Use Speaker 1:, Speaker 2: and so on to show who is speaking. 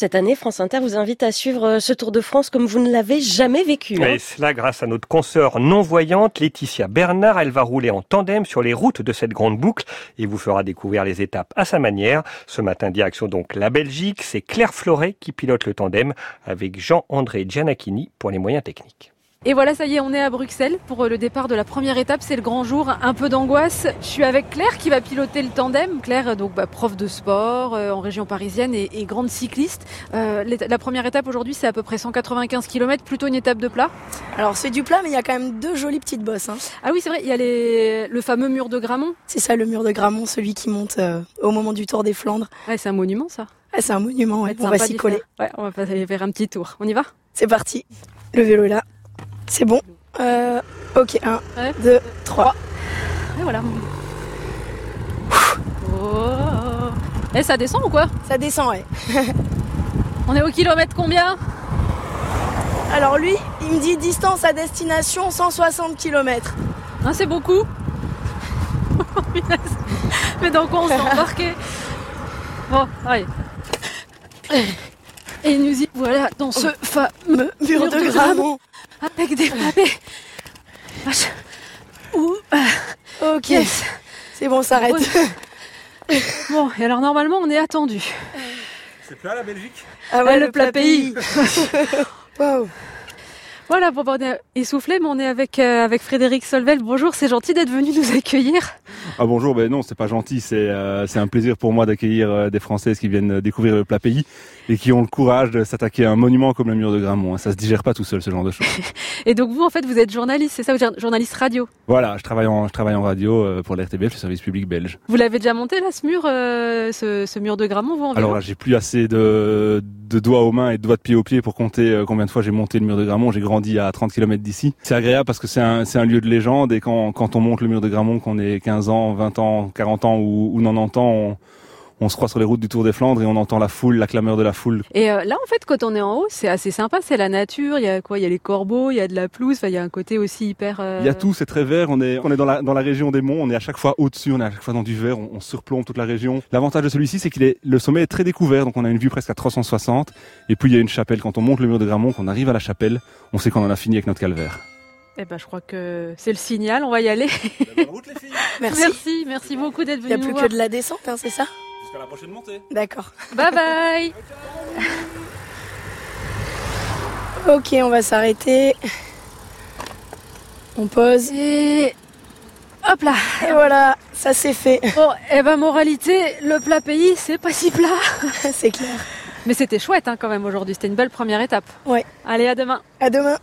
Speaker 1: Cette année, France Inter vous invite à suivre euh, ce Tour de France comme vous ne l'avez jamais vécu. hein.
Speaker 2: Et cela grâce à notre consoeur non-voyante, Laetitia Bernard. Elle va rouler en tandem sur les routes de cette grande boucle et vous fera découvrir les étapes à sa manière. Ce matin, direction donc la Belgique. C'est Claire Floret qui pilote le tandem avec Jean-André Giannacchini pour les moyens techniques.
Speaker 3: Et voilà, ça y est, on est à Bruxelles pour euh, le départ de la première étape. C'est le grand jour, un peu d'angoisse. Je suis avec Claire qui va piloter le tandem. Claire, donc bah, prof de sport euh, en région parisienne et, et grande cycliste. Euh, l'éta- la première étape aujourd'hui, c'est à peu près 195 km, plutôt une étape de plat.
Speaker 4: Alors c'est du plat, mais il y a quand même deux jolies petites bosses. hein.
Speaker 3: Ah oui, c'est vrai, il y a les- le fameux mur de Gramont.
Speaker 4: C'est ça le mur de Gramont, celui qui monte euh, au moment du Tour des Flandres.
Speaker 3: Ouais, c'est un monument, ça.
Speaker 4: Ah, c'est un monument, ouais.
Speaker 3: Ça va être
Speaker 4: on va
Speaker 3: sympa
Speaker 4: s'y
Speaker 3: d'y
Speaker 4: coller.
Speaker 3: faire. Ouais, on va passer- aller faire un petit tour. On y va
Speaker 4: C'est parti. Le vélo est là. C'est bon. Euh, ok, 1,
Speaker 3: Ouais.
Speaker 4: 2, 3.
Speaker 3: Et voilà. Oh. Eh, ça descend ou quoi
Speaker 4: Ça descend, ouais.
Speaker 3: On est au kilomètre combien
Speaker 4: Alors lui, il me dit distance à destination 160 km.
Speaker 3: Hein, c'est beaucoup. Punaise. Mais dans quoi on s'est embarqué Bon, allez. Et nous y voilà dans ce fameux
Speaker 4: Mur
Speaker 3: Mur de
Speaker 4: de Gramont.
Speaker 3: avec des pavés. Vache. Ouh,
Speaker 4: Ok,
Speaker 3: yes.
Speaker 4: c'est bon, on s'arrête.
Speaker 3: Bon, et alors normalement on est attendu.
Speaker 2: C'est plat la Belgique
Speaker 4: Ah
Speaker 3: Ouais, le plat pays.
Speaker 4: Waouh.
Speaker 3: Voilà, bon, bah, on est essoufflé, mais on est avec, euh, avec Frédéric Solvel. Bonjour, c'est gentil d'être venu nous accueillir.
Speaker 5: Ah bonjour, ben non, c'est pas gentil, c'est euh, c'est un plaisir pour moi d'accueillir euh, des Françaises qui viennent découvrir le plat pays et qui ont le courage de s'attaquer à un monument comme le mur de Grammont. hein. Ça se digère pas tout seul ce genre de choses.
Speaker 3: Et donc vous, en fait, vous êtes journaliste, c'est ça, ou jour- journaliste radio.
Speaker 5: voilà, je travaille en je travaille en radio euh, pour l'RTBF, le service public belge.
Speaker 3: Vous l'avez déjà monté, là, ce mur, euh, ce, ce mur de Gramont, vous, en vélo
Speaker 5: Alors là, j'ai plus assez de, de doigts aux mains et de doigts de pied aux pieds pour compter euh, combien de fois j'ai monté le mur de Grammont. J'ai grandi à 30 km d'ici. C'est agréable parce que c'est un, c'est un lieu de légende et quand, quand on monte le mur de Grammont, qu'on ait 15 ans, 20 ans, 40 ans ou, ou 90 ans, on, on se croit sur les routes du Tour des Flandres et on entend la foule, la clameur de la foule
Speaker 3: Et euh, là, en fait, quand on est en haut, c'est assez sympa, c'est la nature, il y a quoi Il y a les corbeaux, il y a de la pelouse, enfin, il y a un côté aussi hyper... euh,
Speaker 5: Il y a tout, c'est très vert. On est, on est dans, la, dans la région des monts, on est à chaque fois au-dessus, on est à chaque fois dans du vert, on, on surplombe toute la région. L'avantage de celui-ci, c'est qu'il est le sommet est très découvert, donc on a une vue presque à 360. Et puis il y a une chapelle. Quand on monte le mur de Gramont, qu'on arrive à la chapelle, on sait qu'on en a fini avec notre calvaire.
Speaker 3: Eh ben, je crois que c'est le signal, on va y aller.
Speaker 4: Merci.
Speaker 3: merci, merci beaucoup d'être
Speaker 4: Il n'y
Speaker 3: venu
Speaker 4: a
Speaker 3: nous
Speaker 4: plus
Speaker 3: voir.
Speaker 4: que de la descente, hein, c'est ça
Speaker 5: Jusqu'à la prochaine montée.
Speaker 4: D'accord.
Speaker 3: Bye bye
Speaker 4: Ok, on va s'arrêter. On pose.
Speaker 3: Et... Hop là
Speaker 4: Et voilà, ça c'est fait.
Speaker 3: Bon, eh ben, moralité, le plat pays, c'est pas si plat
Speaker 4: c'est clair.
Speaker 3: Mais c'était chouette, hein, quand même, aujourd'hui, c'était une belle première étape.
Speaker 4: Ouais.
Speaker 3: Allez, à demain
Speaker 4: À demain.